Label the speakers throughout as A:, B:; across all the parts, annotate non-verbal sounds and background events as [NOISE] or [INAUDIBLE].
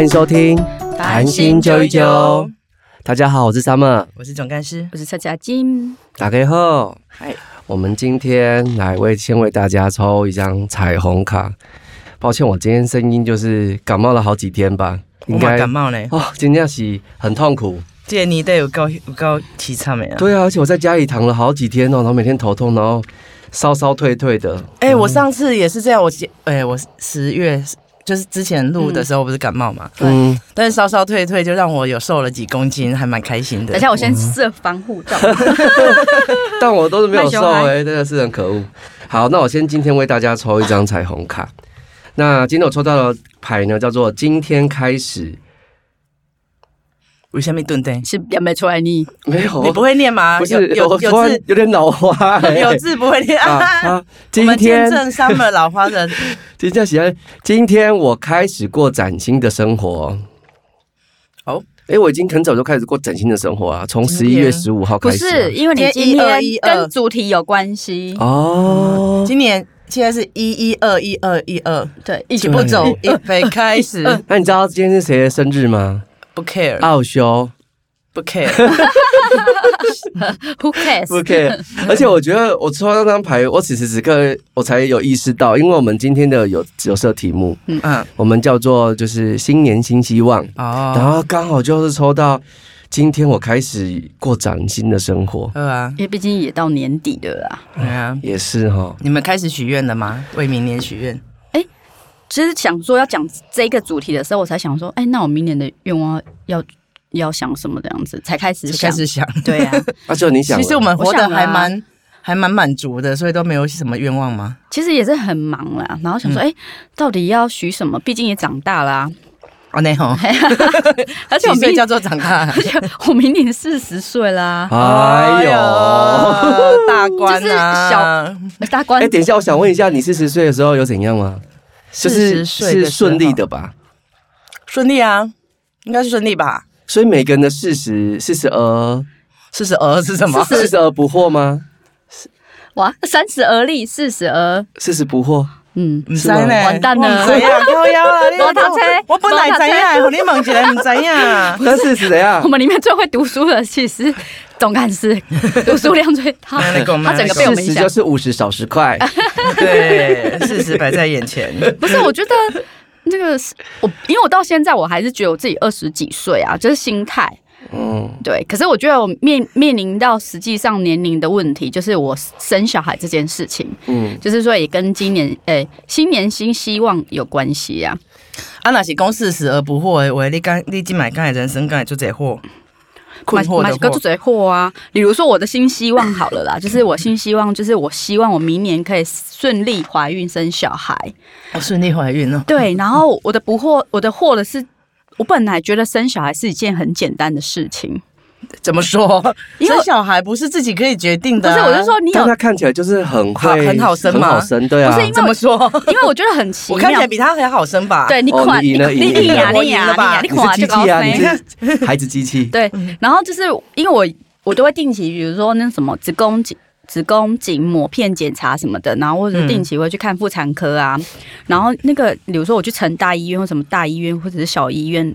A: 迎收听《
B: 谈心啾一啾》。
A: 大家好，我是 Summer，
B: 我是总干事，
C: 我是蔡佳金。
A: 打开后，
B: 嗨，
A: 我们今天来为先为大家抽一张彩虹卡。抱歉，我今天声音就是感冒了好几天吧，
B: 我嘛感冒呢，
A: 哦，今天是很痛苦。
B: 这年代有够有够凄惨的啊！
A: 对啊，而且我在家里躺了好几天哦，然后每天头痛，然后烧烧退退的。
B: 哎、我上次也是这样，我记哎、我十月就是之前录的时候不是感冒嘛，
A: 嗯，
B: 但是稍稍退退就让我有瘦了几公斤，还蛮开心的。
C: 等一下，我先设防护罩。
A: 但我都是没有瘦
C: 慢熊
A: 哎、真的是很可恶。好，那我先今天为大家抽一张彩虹卡。那今天我抽到的牌呢，叫做“今天开始
B: 为什么顿顿？
C: [LAUGHS] 是有没有出来你？”，
A: 没有，
B: 你不会念吗？
A: 不
B: 有
A: 是，
B: 有
A: 我突
B: 有
A: 然
B: 字
A: 有点脑花、欸，
B: [LAUGHS] 有字不会念
A: 啊
B: [LAUGHS] 啊！
A: 啊！
B: 我
A: 今
B: 们
A: 天
B: 见证 Summer 老花的，
A: 今天喜欢，今天我开始过崭新的生活。
B: 哦，
A: 哎、我已经很早就开始过崭新的生活啊，从十
B: 今
A: 一
B: 天
A: 月十五号
C: 不
A: 开始啊、
C: 是，因为你
B: 今
C: 今
B: 天
C: 天
B: 12
C: 跟主题有关系。
A: 哦，
B: [LAUGHS] 今年现在是一一二一二一二，
C: 对，一
B: 一
C: 起
B: 起
C: 不
B: 不
C: 走
B: [LAUGHS] 走。，一飞开始， [LAUGHS]
A: 那你知道今天是谁的生日吗？
B: 不 care，
A: 奥修。
B: 不 care，
C: [LAUGHS] Who cares？
A: OK，而
B: [LAUGHS]
A: 且我觉得我抽到那张牌，我此时此刻我才有意识到，因为我们今天的有有设题目，
B: 嗯，
A: 我们叫做就是新年新希望，然
B: 哦，
A: 后刚好就是抽到今天我开始过崭新的生活，
B: 对啊，
C: 因为毕竟也到年底了啦。
B: 对啊。
A: 也是哈。
B: 你们开始许愿了吗？为明年许愿，
C: 其实想说要讲这个主题的时候，我才想说，哎，那我明年的愿望要要想什么这样子，才开始
B: 就
C: 想
B: 开。始想。
C: 对啊，
A: 那就你想
B: [LAUGHS] 其
A: 了，
B: 实我们活
C: 我
B: 得
C: 想了啊
B: 还蛮、还蛮满足的，所以都没有什么愿望吗？
C: 其实也是很忙啦，然后想说，哎，到底要许什么？毕竟也长大啦，
B: 哦， [LAUGHS] 那吼，
C: 而且我明
B: 几岁叫做长 [LAUGHS] 大？
C: [LAUGHS] 我明年四十岁啦。
A: 哎呦，哎、
B: 呦，哦大官啊！
C: 大官
A: 等一下，我想问一下，你四十岁的时候有怎样吗？就是
B: 40岁的时
A: 是
B: 候
A: 顺利的吧？
B: 顺利啊，应该是顺利吧？
A: 所以每个人的四十、四十而
B: 四十二哦是什么？
A: 四十而不惑吗？
C: 哇，三十而立，四十而
A: 四十不惑。。
C: 嗯。
B: 唔知呢，
C: 完蛋了
B: 我唔知啊，高腰 [LAUGHS] 啊！你
C: 无头车
B: 我本来知啊，和你问起来唔知啊 [LAUGHS]
A: 那四十怎样
C: [LAUGHS] 我？们里面最会读书的其实是总
A: [LAUGHS]
C: 干事，读书量最大，
B: 哪里够
C: 他整个被我
A: 四
C: 们影
A: 十
C: 响
A: 就。是五十少十
C: [LAUGHS]
A: 块，
B: 对，事实摆在眼前。
C: 不
A: [LAUGHS]
C: 是，我觉得那个是我，因为我到现在我还是觉得我自己二十几岁啊，就是心态
A: 嗯，
C: 对。可是我觉得我面面临到实际上年龄的问题，就是我生小孩这件事情，
A: 嗯
C: 嗯，就是说也跟今年诶、新年新希望有关系啊。
B: 啊，若是讲四十而不惑的话，你刚你今买刚才人生刚才就这惑，困惑
C: 买
B: 的
C: 买个就
B: 惑。
C: 嘴货啊！比如说我的新希望好了啦，就是我新希望，就是我希望我明年可以顺利怀孕生小孩。
B: [LAUGHS] 我顺利怀孕哦。
C: 对，然后我的不惑，我的惑的是，我本来觉得生小孩是一件很简单的事情，
B: 怎么说？
C: 因为
B: 生小孩不是自己可以决定
C: 不
B: 的、
C: 是，
B: 啊。
C: 我是，说你有
A: 但，他看起来就是很会，
B: 好很好生
A: 很
B: 嘛
A: 好生，对啊，
C: 不是因为
B: 怎么说？
C: 因为我觉得很奇
B: [LAUGHS] 我看起
C: 妙
B: 来。比他还好生吧？
C: 对你
A: 哦
C: 看，
A: 你赢了
C: 你
A: 赢了
C: 你呀
B: 赢了
C: 你呀
B: 我赢了吧
C: 你
A: 你是
C: 看
A: 机
C: 这高
A: 器啊，你
C: 飞。 [LAUGHS]
A: 是孩子机器，
C: 对，
B: 嗯
C: 然后就是因为我我都会定期，比如说那什么子宫颈。子宫颈抹片检查什么的，然后或者
B: 嗯
C: 是定期会去看妇产科啊，然后那个比如说我去成大医院或什么大医院或者是小医院，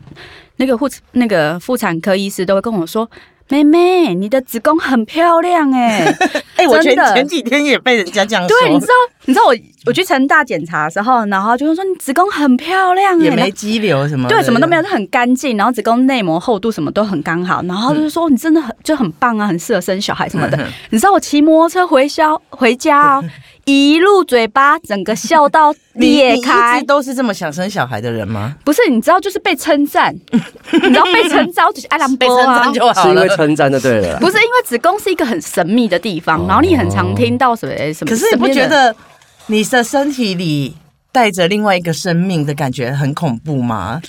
C: 那个护那个妇产科医师都会跟我说：“妹妹，你的子宫很漂亮哎、
B: [LAUGHS] 哎、我前
C: 真的
B: 前几天也被人家这样说，
C: 对，你知道你知道我我去成大检查的时候，然后就会说你子宫很漂亮哎、
B: 也没肌瘤什么的，
C: 对，什么都没有，就很干净，然后子宫内膜厚度什么都很刚好，然后就是说你真的很就很棒啊，很适合生小孩什么 [LAUGHS] 的。你知道我骑摩托车回家回家 [LAUGHS] 哦，一路嘴巴整个笑到
B: 你。你
C: 裂
B: 一直
C: 开，
B: 都是这么想生小孩的人吗？
C: 不是你知道就是被称 [LAUGHS] 赞，你知道被称赞我只是爱兰
B: 被
C: 波
B: 称
C: 啊
B: 赞。就是好
A: 因为
B: 了。
A: 称赞就对了啦。
C: [LAUGHS] 不是因为子宫是一个很神秘的地方，然后你很常听到什么什么，
B: 可是你不
C: 身
B: 觉
C: 边的
B: 得你的身体里带着另外一个生命的感觉很恐怖吗？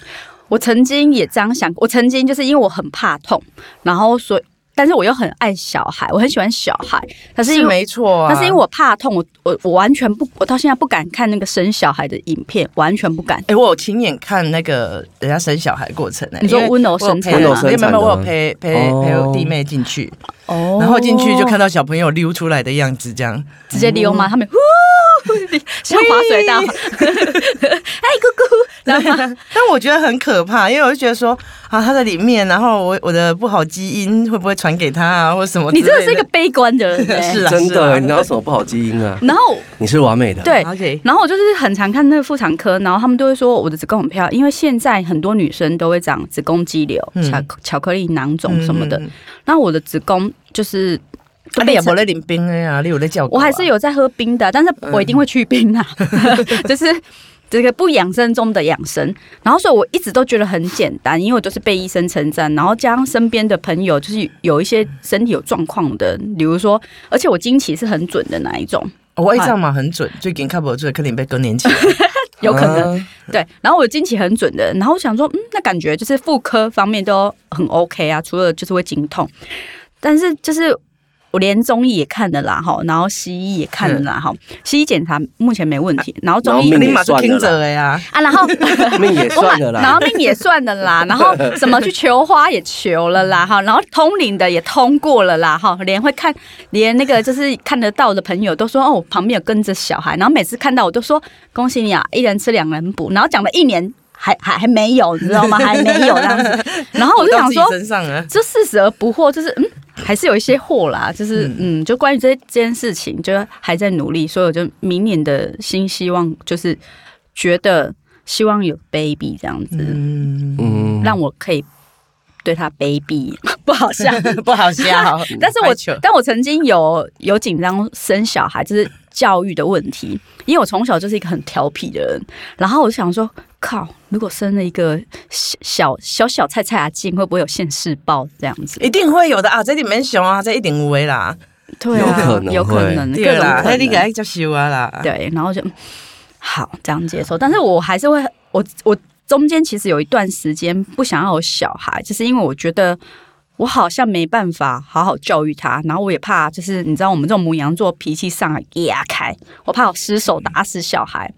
C: 我曾经也这样想，我曾经就是因为我很怕痛，然后所以，但是我又很爱小孩，我很喜欢小孩，可是因
B: 是
C: 为
B: 没错啊，
C: 但是因为我怕痛，我我我完全不，我到现在不敢看那个生小孩的影片，完全不敢。
B: 哎、我有亲眼看那个人家生小孩过程呢、欸。
C: 你说
B: 因为
C: 温柔
B: 我有
C: 生
B: 陪
C: 产
B: 没有
A: 吗
B: 没有，我有
A: 温柔生产的吗
B: 陪陪陪
A: 哦
B: 我弟妹进去，
C: 哦
B: 然后进去就看
C: 到
B: 到小朋友溜出来的样子，这样
C: 直接溜吗？他们呼 [LAUGHS] 像滑水 [LAUGHS] 道，哎，
B: 啊
C: 姑姑，然后
B: 但我觉得很可怕，因为我就觉得说啊，他在里面，然后我我的不好基因会不会传给他啊，或者什么之
C: 你
B: 类？
C: 真的是一个悲观的
B: [LAUGHS]
C: 人欸，
B: 是啊，
A: 真
B: 是啊
A: 的，你哪有什么不好基因啊？
C: 然后
A: 你是完美的，，
C: 对，
B: OK，
C: 然后我就是很常看那个妇产科，然后他们都会说我的子宫很漂亮，因为现在很多女生都会长子宫肌瘤、
B: 嗯
C: 巧巧克力囊肿什么的
B: 嗯。，嗯
C: 那、我的子宫就是
B: 嗯
C: 都
B: 啊你
C: 被
B: 也
C: 称，
B: 没在领冰的呀，你有在叫狗啊
C: 我还是有在喝冰的，但是我一定会去
A: [LAUGHS]
C: 冰啊，就是。这个不养生中的养生，然后所以我一直都觉得很简单，因为我都是被医生称赞，然后加上身边的朋友就是有一些身体有状况的，比如说，而且我经期是很准的那一种，
B: 哦我一丈嘛很准，最近看不准，可能被
A: [LAUGHS]
B: 更年期，
C: 有可能
A: 能
C: 对，然后我经期很准的，然后我想说，嗯，那感觉就是妇科方面都很 OK 啊，除了就是会经痛，但是就是我连中医也看了啦，哈，然后西医也看了啦，哈，西医检查目前没问题，然后中医
A: 然后命
B: 你马上听着了呀，
C: 啊，然后
A: 命 [LAUGHS] 也
C: [LAUGHS] 我买
A: 算了
C: 然
A: 啦
C: 后。命也算了
A: [LAUGHS]
C: 啦，然后什么去求花也求了啦，哈，然后通灵的也通过了啦，哈，连会看，连那个就是看得到的朋友都说，哦，我旁边有跟着小孩，然后每次看到我都说恭喜你啊，一人吃两人补，然后讲了一年还还还没有，你知道吗？还没有这样子，
A: [LAUGHS]
C: 然哦后我就
B: 到
C: 想
B: 自己
C: 说，
B: 身上啊，
C: 这四十而不惑，就是嗯，还是有一些惑啦，就是嗯就关于这这件事情，就还在努力，所以我就明年的新希望就是觉得希望有 baby 这样子，
B: 嗯，
A: 嗯，
C: 让我可以对他 baby [LAUGHS] 不好笑。，
B: 不好笑
C: 但是我
B: 太糗
C: 但我曾经有有紧张生小孩，就是教育的问题，因为我从小就是一个很调皮的人，然后我就想说，靠，如果生了一个小小小小菜菜阿静，会不会有现世报这样子？
B: [LAUGHS] 一定会有的啊，这里面熊啊，这一定有的啦，
C: 对
A: 有
C: 啊，
A: 可能
C: 有可
A: 会
C: 能，各
B: 对
C: 种
B: 啦，哎
C: 可
B: 那你给
C: 能。
B: 他接受啊啦，
C: 对，然后就嗯好这样接受，但是我还是会，我我中间其实有一段时间不想要有小孩，就是因为我觉得。我好像没办法好好教育他，然后我也怕，就是你知道我们这种母羊座脾气上来压开，我怕我失手打死小孩。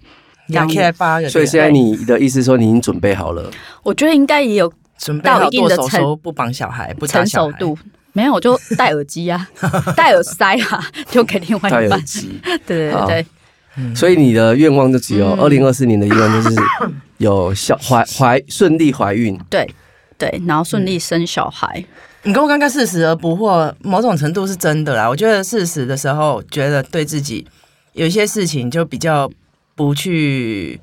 B: 你要起来发个，
A: 所以现在你的意思说你已经准备好了，
C: 我觉得应该也有
B: 准备好
C: 到一定
B: 剁
C: 的
B: 手
C: 程
B: 手不绑小孩，不打
C: 成
B: 小
C: 熟
B: 孩，
C: 度，没有我就戴耳机啊，戴耳塞啊，就给另外
A: 戴
C: 一
A: 耳
C: 半。
A: 机，
C: 对对
A: 好
C: 对，
A: 所以你的愿望就只有
C: 嗯
A: 二零二四年的愿望就是有小
C: [LAUGHS]
A: 怀怀顺利怀孕，
C: 对，然后顺
A: 嗯
C: 利生小孩。
B: 你跟我刚刚四十而不惑，某种程度是真的啦。我觉得四十的时候，觉得对自己有一些事情就比较不去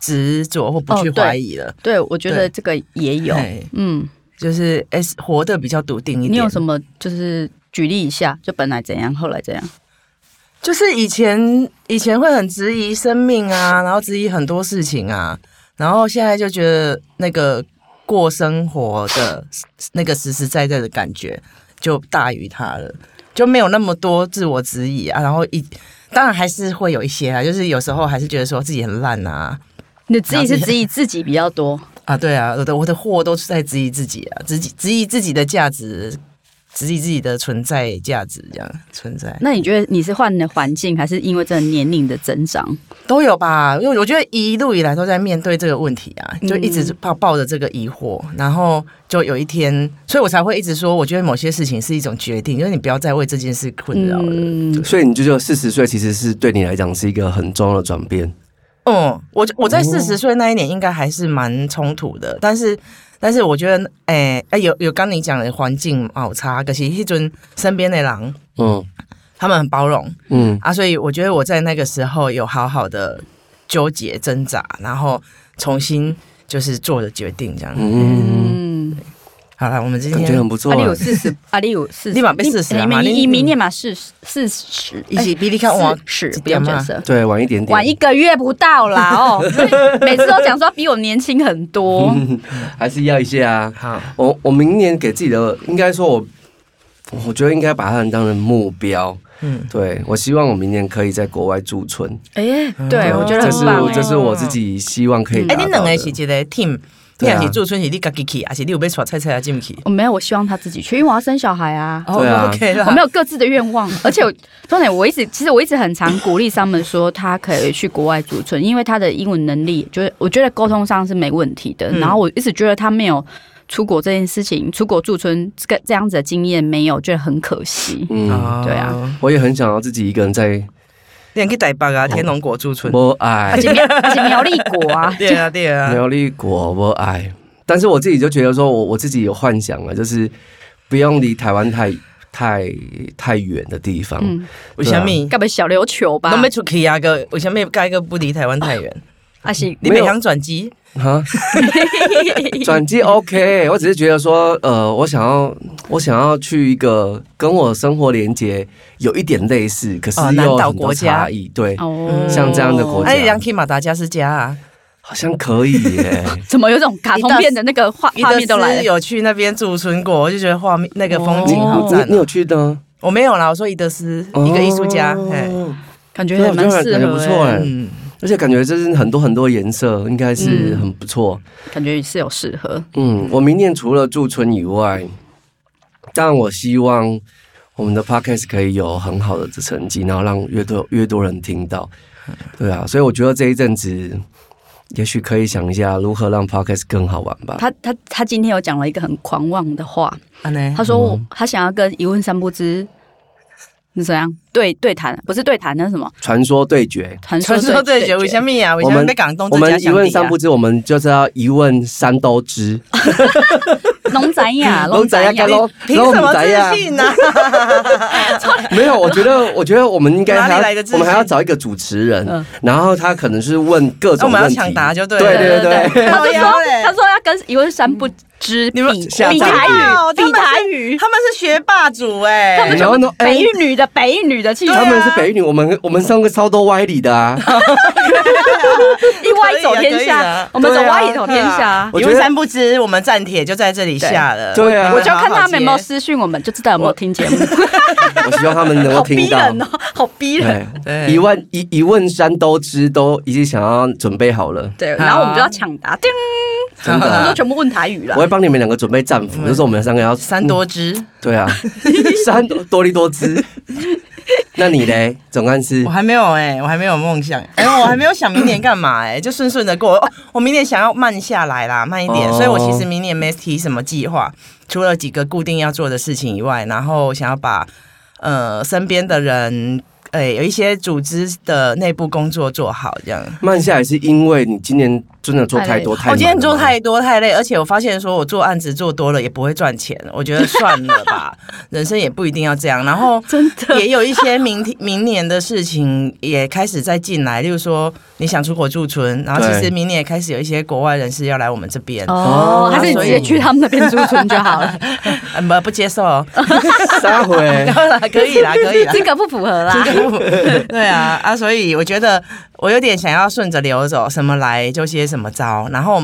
B: 执着或不去
C: 哦对
B: 怀疑了，
C: 对，我觉得这个也有。
B: 嘿
C: 嗯，
B: 就是哎、活得比较笃定一点。
C: 你有什么就是举例一下？就本来怎样，后来怎样？
B: 就是以前以前会很质疑生命啊，然后质疑很多事情啊，然后现在就觉得那个过生活的那个实实在在的感觉就大于它了，就没有那么多自我质疑啊。然后一当然还是会有一些啊，就是有时候还是觉得说自己很烂啊
C: 你自己是质疑自己比较
B: [LAUGHS]
C: 多，
B: 啊，对啊，我的我的货都是在质疑自己啊，质疑质疑自己的价值，质疑自己的存在价值，这样存在。
C: 那你觉得你是换了环境，还是因为这个年龄的增长？
B: 都有吧，因为我觉得一路以来都在面对这个问题啊，就一直抱抱着这个疑惑，然后就有一天，所以我才会一直说，我觉得某些事情是一种决定，就是你不要再为这件事困扰了。
C: 嗯，
A: 所以你就觉得四十岁其实是对你来讲是一个很重要的转变。
B: 嗯，我我在四十岁那一年应该还是蛮冲突的，但是但是我觉得，哎、哎，有有刚你讲的环境好差，可是迄阵身边的人
A: 嗯
B: 他们很包容，
A: 嗯，
B: 啊，所以我觉得我在那个时候有好好的纠结挣扎，然后重新就是做了决定，这样。
C: 嗯，
B: 好了，我们今
A: 感觉
B: 天
A: 很不错
C: 阿
A: 啊
C: 丽。有四
B: [LAUGHS]
C: 十，阿丽有四十，
B: 你嘛要40啊
C: 你
B: 嘛
C: 明
B: 你
C: 你明年嘛四十四十，
B: 一起比你看我
C: 哎是
B: 几
C: 不要
B: 点
C: 角
B: 啊
C: 色。
A: 对，晚一点点，
C: 晚一个月不到
B: [LAUGHS]
C: 啦哦，每次都讲说比我年轻很多，
B: 嗯
A: 还是要一下啊。
B: 好，
A: 我我明年给自己的，应该说我，我觉得应该把它当成目标。
B: 嗯，
A: 对我希望我明年可以在国外驻村，
C: 哎、对
B: 嗯
C: 我觉得
A: 这
C: 很
A: 是
C: 棒、哎。嗯
A: 这是我自己希望可以达
B: 哎、你
A: 到
B: 两
A: 的
B: 个。是一个 team，你
A: 对啊
B: 也是驻村是你家己去，还是你有被耍菜菜啊进去？
C: 我哦没有，我希望他自己去，因为我要生小孩啊。
A: 对啊
B: 哦，OK
C: 我
B: 啦
C: 们。有各自的愿
A: [LAUGHS]
C: 望，而且我重点，我一直其实我一直很常鼓励他们说，他可以去国外驻村，因为他的英文能力，就是我觉得沟通上是没问题的。
B: 嗯
C: 然后我一直觉得他没有出国这件事情，出国驻村这个这样
A: [LAUGHS]
C: 子的经验没有，觉得很可惜。
A: 嗯，
B: 哦
C: 对啊，
A: 我也很想要自己一个人在
B: 你去台北啊，天龙国驻村。
A: 我爱
C: 而且苗而且苗栗
A: [LAUGHS]
C: 国啊，
B: 对啊，对啊，
A: 苗栗国，我爱。但是我自己就觉得说我，我自己有幻想了，就是不用离台湾太太太远的地方。
C: 嗯，
B: 为什么？
C: 该不会小琉球吧
B: 都？没出去啊个，为什么该个不离台湾太远？
C: 啊是，
B: 你
A: 没
C: [LAUGHS]
B: 没
A: 有
B: 想转机？
A: 哈，转机 OK，我只是觉得说，呃，我想要我想要去一个跟我生活连接有一点类似，可是
B: 哦
A: 又
B: 南
A: 有
B: 岛
A: 很多
B: 国家
A: 差异。对，
C: 哦
A: 像这样的国家
B: 哎，你想去马达加斯加啊？
A: 好像可以耶。
B: 哦
C: 怎么有种卡通片的那个画画面都来了？
B: 有去那边驻村过，我就觉得画面那个风
A: 你
B: 景好
A: 你
B: 赞
A: 你哦
B: 哦。
A: 有去的？
B: 我没有啦，我说伊德斯一个艺术家，哎，
A: 哦
C: 感觉
A: 对
C: 还
A: 我觉
C: 蛮
A: 得
C: 适
A: 感觉
C: 合，
A: 不错
C: 欸
A: 哎，
B: 嗯，
A: 而且感觉就是很多很多颜色，应该是很不错。
C: 感觉是有适合。
A: 嗯，我明年除了驻村以外，但我希望我们的 podcast 可以有很好的成绩，然后让越多越多人听到。
B: 嗯
A: 对啊，所以我觉得这一阵子，也许可以想一下如何让 podcast 更好玩吧。
C: 他他他今天有讲了一个很狂妄的话，
B: 啊呢
C: 他，说我他想要跟一问三不知，是怎样对对谈？不是对谈，那是什么
A: 传说对决，
C: 传说
B: 传说对决为什
C: 决？
B: 么啊？为
A: 我
B: 什么
A: 们
B: 被港东
A: 我
B: 这家
A: 们一
B: 想
A: 问
B: 比
A: 三
B: 啊
A: 不？知，我们就是要一问三都
B: [LAUGHS]
A: 知。
C: 龙仔呀，龙仔呀，
A: 跟龙
B: 凭什么
A: 龙仔呀
C: 啊
B: 自信啊
C: [LAUGHS]
B: 呢？
A: 没有，我觉得，我觉得我们应该
B: 哪里
A: 还
B: 来的
A: 要
B: 自信
A: 我们还要找一个主持人，
C: 嗯
A: 然后他可能是问各
B: 那我
A: 种
B: 们要
A: 问题，
B: 抢答就对了
A: 对对对对。
C: 他就
B: 对
C: 说
B: 对
C: 他说要跟一问三不知
B: 你
C: 比
B: 们
A: 下
C: 比
A: 载
C: 台
B: 哦
C: 语，
B: 他们
C: 比
B: 是
C: 台语，
B: 他们是学霸主哎，
C: 他们
A: 然后呢？哎
C: 北一女的北一女的气质，
A: 他们是北一女，我们我们上个超多歪理的
C: [LAUGHS]
A: 啊！
C: 一歪走天
B: 可以啊可以
C: 下
B: 啊，
C: 我们走
A: 对啊
C: 歪也走天下。
A: 我
B: 一
A: 觉得
B: 问三不知，我们站帖就在这里下了。
A: 对对啊
C: 我就看他们有没有
B: 接
C: 私讯我们，就知道有没有听节目。
A: 我希望他们能
C: 好
A: 够听
C: 逼
A: 到。
C: 人哦，好逼人。
A: 对，
B: 对
A: 一问一一问三都知，都已经想要准备好了，
C: 对，
B: 好啊
C: 然后我们就要抢答，叮，
A: 真
C: 我们就
A: 的。
C: 全部问台语了
A: 我。会帮你们两个准备战服，就是我们三个要
B: 嗯
A: 嗯
B: 三多知，
A: 对
C: [LAUGHS]
A: 啊，三多多利多姿。那你嘞？总干事
B: 我还没有哎、我还没有梦想，哎、我还没有想明年干嘛哎、就 [LAUGHS] 顺顺的过。哦，我明年想要慢下来啦，慢一点，
A: 哦
B: 所以我其实明年没提什么计划，除了几个固定要做的事情以外，然后想要把呃身边的人。哎、有一些组织的内部工作做好，这样。
A: 慢下来是因为你今年真的做太多
C: 哎
A: 太
B: 我今天做
A: 忙了吗
B: 太多太累，而且我发现说我做案子做多了也不会赚钱，我觉得算了
A: [LAUGHS]
B: 吧，人生也不一定要这样。然后
C: 真的
B: 也有一些明天明年的事情也开始在进来，例如说你想出国驻村，然后其
A: 对
B: 实明年也开始有一些国外人士要来我们这边， [LAUGHS]
A: 哦
C: 哦，还是你直接去他们那边驻村就好了。
B: 嗯，不不接受哦，
A: 哎
B: [LAUGHS]
A: 撒回
B: 然后啦 [LAUGHS] 可以啦，可以啦。
C: 资格不符合
B: [LAUGHS]
C: 啦。
B: 对啊，啊，所以我觉得我有点想要顺着流走，什么来就接什么招，然后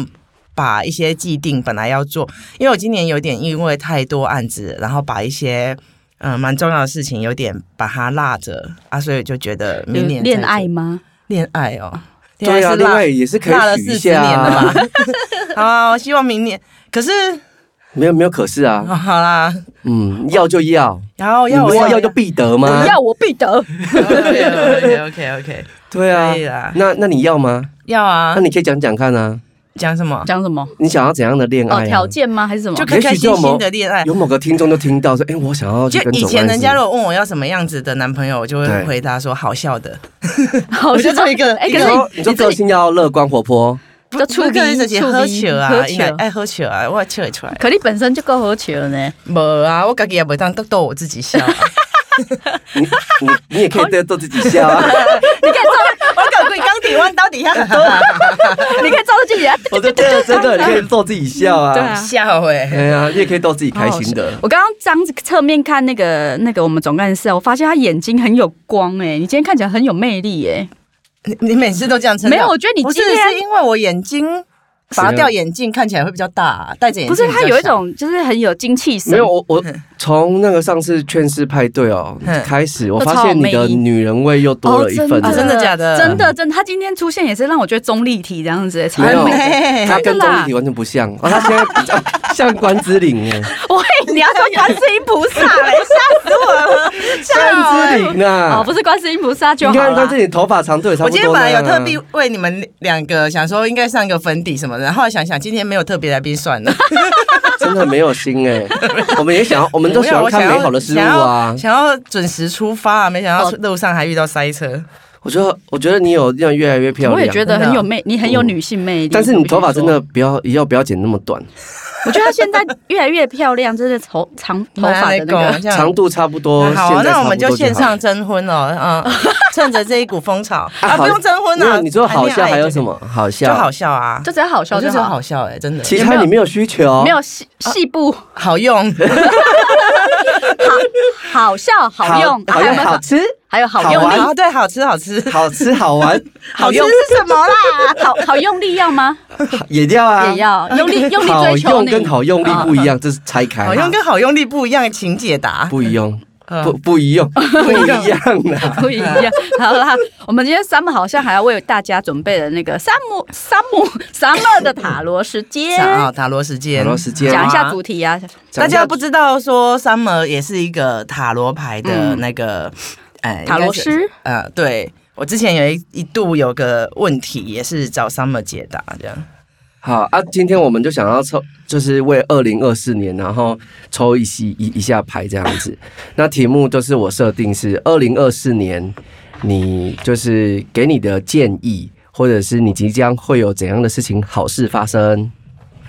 B: 把一些既定本来要做，因为我今年有点因为太多案子，然后把一些嗯蛮重要的事情有点把它落着啊，所以就觉得
C: 有
B: 明年再
C: 恋爱吗？
B: 恋爱哦，
A: 对啊，
B: 是
A: 另
B: 落
A: 外也是可
B: 落了
A: 以许
B: 四
A: 一
B: 十
A: 下
B: 年了吧
A: 啊。？
B: [LAUGHS] 好啊，我希望明年。可是
A: 没有没有，可是
B: [LAUGHS]
A: 啊，
B: 好啦，
A: 嗯，要就要，
B: 然后
A: 你
B: 哦要
A: 不
B: 我
A: 是要
B: [LAUGHS]
A: 就必得吗
C: 我？要我必得。
B: OK OK OK，
A: 对啊
B: 可以啦，
A: 那那你要吗？
B: 要啊
A: 那，你可以讲讲看啊，
B: 讲什么？
C: 讲什么？
A: 你想要怎样的恋
C: 哦，
A: 爱、啊
C: 条？件吗？还是什么
B: 就？开开心心的恋爱。
A: 有某个听众就听到说，哎、我想要去
B: 就
A: 跟
B: 以
A: 总
B: 前
A: 干
B: 人家
A: 事
B: 如果问我要什么样子的男朋友，我就
A: 对
B: 会回答说好笑的，
C: 好
B: 我就做一个
C: 哎，
B: 一
C: 可
A: 你
B: 个
C: 是
A: 说你说
C: 自
A: 个
C: 己
A: 性要乐观活泼，
C: 就出
B: 不是
C: 力
B: 这些
C: 出力
B: 喝酒
C: 喝
B: 啊，
C: 酒
B: 应该爱喝酒啊，我也笑得出来。
C: 可你本身就够合群了
B: [LAUGHS]
C: 呢。
B: 无啊，我自己也袂当得到我自己笑、
A: [LAUGHS]
B: 啊，
A: 你你你也可以得逗自己笑
B: [LAUGHS]
A: 啊。
C: 你可以照，
B: 我搞鬼钢铁弯到底下很多
C: 你可以照着自己啊。
A: 我真的真的，你可以逗自己笑
C: 对
A: 啊。
C: 啊
B: 笑哎、
A: 哎呀，你也可以逗自己开心的。
C: 我刚刚张侧面看那个那个我们总干事啊，我发现他眼睛很有光哎、你今天看起来很有魅力哎、
B: 你你每次都这样称赞，
C: 没有我觉得你
B: 啊不是
C: 今天
B: 是因为我眼睛
A: 啊
B: 拔掉眼镜看起来会比较大、戴着眼
C: 不
B: 镜
C: 是他
B: 比较
C: 有一
B: 小
C: 种就是很有精气神，啊
A: 没有，我我从那个上次劝世派对哦
B: 嗯
A: 开始，我
C: 都超
A: 发现
C: 有
A: 你的
C: 魅力
A: 女人味又多了一份
B: 啊
A: 了。
B: 真的假的
C: 哦真的真的，他今天出现也是让我觉得中立体这样子、欸，超
A: 没有
C: 美的。
B: 哎
A: 他
C: 真
A: 跟
C: 的
A: 钟
C: 啦
A: 丽缇完全不像，哦，他现在 [LAUGHS] 比较像关之琳
B: [LAUGHS]
A: 哎，
C: 喂，你要说观世音菩萨嘞？
B: 欸
A: 关之琳啊
C: 哦，，不是观世音菩萨就
A: 你
C: 好
A: 看
C: 了
A: 关之。琳头发长度也差
B: 我
A: 不多
B: 今
A: 那
B: 天
A: 样啊。
B: 本来有特地为你们两个想说应该上个粉底什么的，然后后来想想今天没有特别来宾算了。 [LAUGHS]
A: 真的没有心哎，我们也想要，我们都喜欢看美好的事物啊
B: 想要。想要准时出发、啊，没想到
C: 哦 [LAUGHS]
B: 路上还遇到塞车。
A: 我我觉得，我觉得你有让越来越漂亮。
C: 我也觉得很有魅，你很有
A: 嗯
C: 女性魅力。
A: 但是你
C: 我必须
A: 头发真的
C: 说，
A: 不要，也要不要剪那么短，
C: 我觉得她现在越来越漂亮，真的头长头发
B: [LAUGHS]
C: 的那
B: 来来
C: 个
B: 讲这样
A: 长度差不多。
B: 好啊，
A: 现在
B: 那
A: 差
B: 我
A: 不
B: 们
A: 多
B: 就
A: 就
B: 线
A: 好 [LAUGHS]
B: 上征婚了，
C: [LAUGHS]
B: 嗯，趁着这一股风潮啊，
A: 好
B: 不用征婚
A: 没有
B: 了。
A: 你说好笑
B: 谈恋爱
A: 还有
B: 就
A: 什么好笑？
B: 就好笑啊，
C: 就只要好笑
B: 我就
C: 就
B: 觉得
C: 好
B: 好，笑哎，真的
A: 其他你没有需求，
C: 没有细细部
B: 好用，
C: 好笑好用，
B: [LAUGHS]
A: 好
C: 还有
A: 用
C: 没
A: 好
C: 有
A: 吃，
C: 还有好
A: 好
C: 用
A: 玩
C: 力，
B: 啊，对，好吃好吃，
A: 好吃好玩，
B: [LAUGHS] 好吃是什么啦？
C: 好好用力要吗？
A: 也要啊，
C: 也要用力用力
A: 好
C: 追求
A: 用
C: 你，
A: 跟好用力不一样，这是拆开。
B: 嗯
A: 啊
B: 好用跟好用力不一样，请解答。
A: 不一样，
B: 嗯
A: 不不一
B: [LAUGHS]
A: 样，不一样啊的。
C: 不一样。好啦，我们今天 Summer 好像还要为大家准备了那个 Summer Summer Summer 的塔罗时间，
B: 啊，塔罗时间，
A: 塔罗时间
C: 讲一下主题啊。
B: 大家不知道说 Summer 也是一个塔罗牌的
A: 嗯
B: 那个，哎、
C: 塔罗师
B: 应该是，呃，对我之前有一一度有个问题也是找 Summer 解答这样，
A: 好啊，今天我们就想要抽，就是为二零二四年，然后抽一西一一下牌这样
B: [LAUGHS]
A: 子。那题目就是我设定是二零二四年，你就是给你的建议，或者是你即将会有怎样的事情好事发生。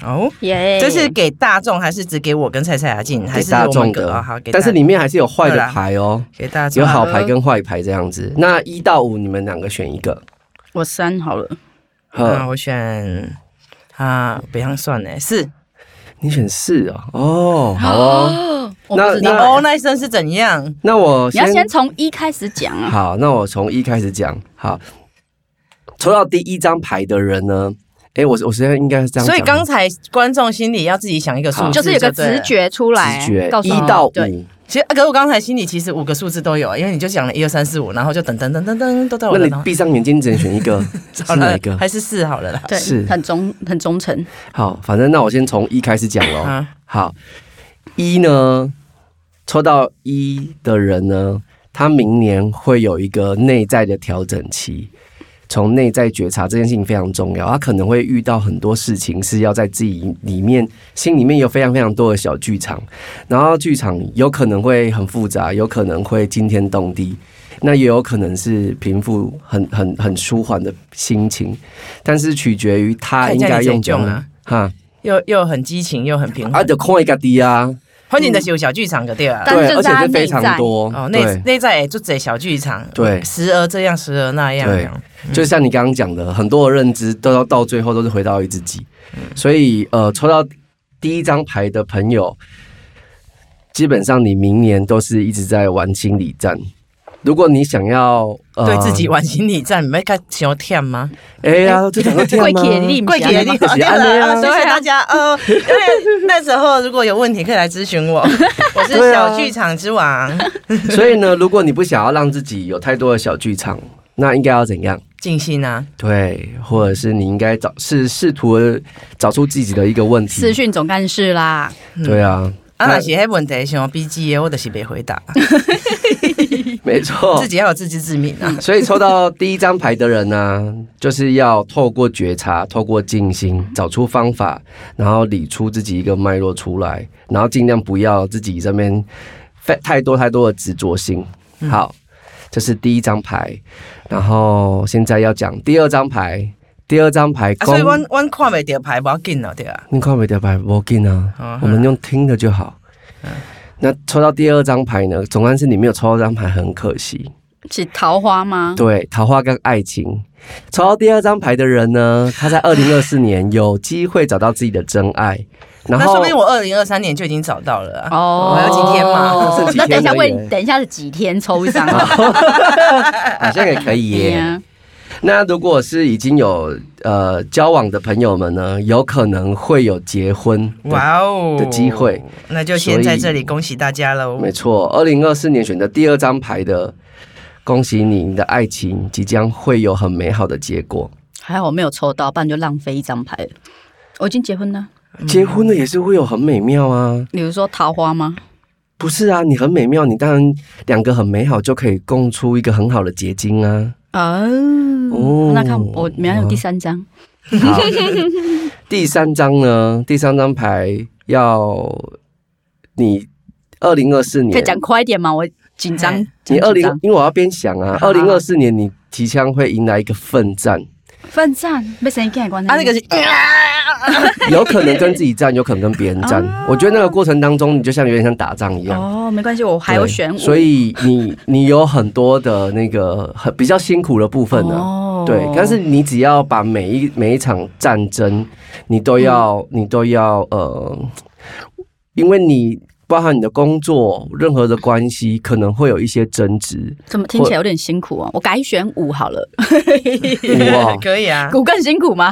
B: 哦。
C: 耶
B: 这是给大众还是只给我跟蔡蔡雅静，还
A: 给
B: 是
A: 大
B: 我
A: 众
B: 们个？
A: 的
B: 哦、好，给大
A: 但是里面还是有坏的牌哦，
B: 给大众啊
A: 有好牌跟坏牌这样子。那一到五你们两个选一个，
C: 我删好了，
B: 啊，
A: 呵，
B: 我选啊，不要算呢，是
A: 你选四哦，哦，好哦，
C: 我不知
B: 你
A: 那
C: 道。
B: 哦那一声是怎样？
A: 那我
C: 你要先从一开始讲
A: [LAUGHS]
C: 啊，
A: 好，那我从一开始讲。好，抽到第一张牌的人呢？诶，我我现在应该是这样讲。
B: 所以刚才观众心里要自己想一个数
A: 好
B: 字，
C: 就是有个
B: 对了
C: 直觉出来，
A: 直觉
C: 告诉
A: 一
C: 你
A: 到
C: 对
A: 五，
B: 其实，啊可是我刚才心里其实五个数字都有，因为你就讲了一二三四五，然后就等等等等等都到我
A: 那
B: 的
A: 你
B: 脑海。
A: 闭上眼睛只能选一个，是
B: [LAUGHS] 好
A: 哪
B: 了
A: 一个？
B: 还是四好了啦。
A: 是
C: 对，很忠很忠诚，
A: 好，反正那我先从一开始讲哦。
B: 啊，
A: 好，一呢，抽到一的人呢，他明年会有一个内在的调整期。从内在觉察这件事情非常重要，他可能会遇到很多事情是要在自己里面心里面有非常非常多的小剧场，然后剧场有可能会很复杂，有可能会惊天动地，那也有可能是平复很很很舒缓的心情，但是取决于他
B: 看一
A: 应
B: 下
A: 该
B: 你
A: 用
B: 这种
A: 怎
B: 啊
A: 么哈，
B: 又又很激情，又很平
A: 啊
B: 衡。
A: 就看一个低啊，
B: 欢迎的是有小剧场的对吧？
C: 但
A: 对，
C: 是
A: 而且
C: 在他
A: 是非
C: 内
A: 常
C: 在
A: 多
B: 哦，内
A: 嗯对。
B: 内在就只小剧场，
A: 对
B: 时而这样，时而那
A: 对
B: 样。
A: 就像你刚刚讲的，很多的认知都要到最后都是回到一自己。
B: 嗯
A: 所以呃，抽到第一张牌的朋友，基本上你明年都是一直在玩心理战。如果你想要、呃
B: 对自己，玩心理战，你们看想要跳吗？
A: 哎呀，就讲到
B: [LAUGHS]
A: 天
C: 跪
A: 吗？
C: 铁力，
B: 贵姐，你
A: 就
B: 好，
A: 是
B: [LAUGHS] 对
A: 安慰
B: 了，
A: 啊
B: 啊谢谢大家。呃，因为那时候如果有问题可以来咨
A: [LAUGHS]
B: 询我，我是
A: 对啊
B: 小剧场之王，
A: 所以呢，如果你不想要让自己有太多的小剧场，那应该要怎样？
B: 静心啊。
A: 对，或者是你应该找是试图找出自己的一个问
C: 私
A: 题。
C: 讯总干事啦，
A: 对啊，
B: 啊，
A: 那
B: 若是迄问题想要 B G 的，我就是袂回答，
A: 没错，
B: 嗯自己要有自知之明啊。
A: [LAUGHS] 所以抽到第一张牌的人呢、就是要透过觉察、透过静心，找出方法，然后理出自己一个脉络出来，然后尽量不要自己这边太太多太多的执着性。
B: 嗯
A: 好，这是第一张牌，然后现在要讲第二张牌。第二张牌
B: 啊，
A: 公，
B: 所以阮阮看袂到牌，无要紧咯，对啊。
A: 你看没得牌，我紧
B: 好
A: 啊
B: 好，
A: 我们用听的就好。
B: 啊
A: 那抽到第二张牌呢？总算是你没有抽到这张牌，很可惜。
C: 是桃花
B: 嗯
C: 吗？
A: 对，桃花跟爱情。抽到第二张牌的人呢，他在二零二四年有机会找到自己的真爱，然
B: 那
A: 后
B: 说不定我二零二三年就已经找到了啊。
C: 哦，
B: 我要几天嘛
A: 剩几
C: 那
A: 天
C: 等一下
A: 而已
C: 为你，等一下是几天抽一张？啊
A: 好像也可以
B: 哎
C: 对
A: 耶。
C: 呀
A: 那如果是已经有呃交往的朋友们呢，有可能会有结婚。哇，
B: 哇哦
A: 的机会，
B: 那就先在这里恭喜大家喽。
A: 没错，二零二四年选择第二张牌的，恭喜你，你的爱情即将会有很美好的结果。
C: 还好我没有抽到，不然就浪费一张牌了。我已经结婚了，
B: 嗯
A: 结婚呢也是会有很美妙啊。
C: 比如说桃花吗？
A: 不是啊，你很美妙，你当然两个很美好就可以共出一个很好的结晶啊。
C: 哦，
A: 哦
C: 那看我明天有第三张，
A: 好， [LAUGHS] 第三张呢？第三张牌要你二零二四
C: 可以
A: 年，
C: 讲快一点吗？我紧张
B: 嗯，
A: 你
C: 很
A: 二
C: 紧
A: 零
C: 张，
A: 因为我要边想啊，
B: 好
A: 二
B: 好
A: 零二四年你提枪会迎来一个奋
C: [LAUGHS]
A: 战，
C: 奋战被神经关
B: 啊，那个是
A: 有可能跟自己战，有可能跟别人战。我觉得那个过程当中，你就像有点像打仗一样。
C: 哦，没关系，我还有
A: 对
C: 选舞，
A: 所以你你有很多的那个很比较辛苦的部分啊呢、
C: 哦
A: 对，但是你只要把每一每一场战争，你都要、你都要呃，因为你包含你的工作，任何的关系可能会有一些争执。
C: 怎么听起来有点辛苦哦？我改选舞好了，
B: [LAUGHS]
A: 哇
B: [LAUGHS] ，可以啊，
C: 舞更辛苦吗？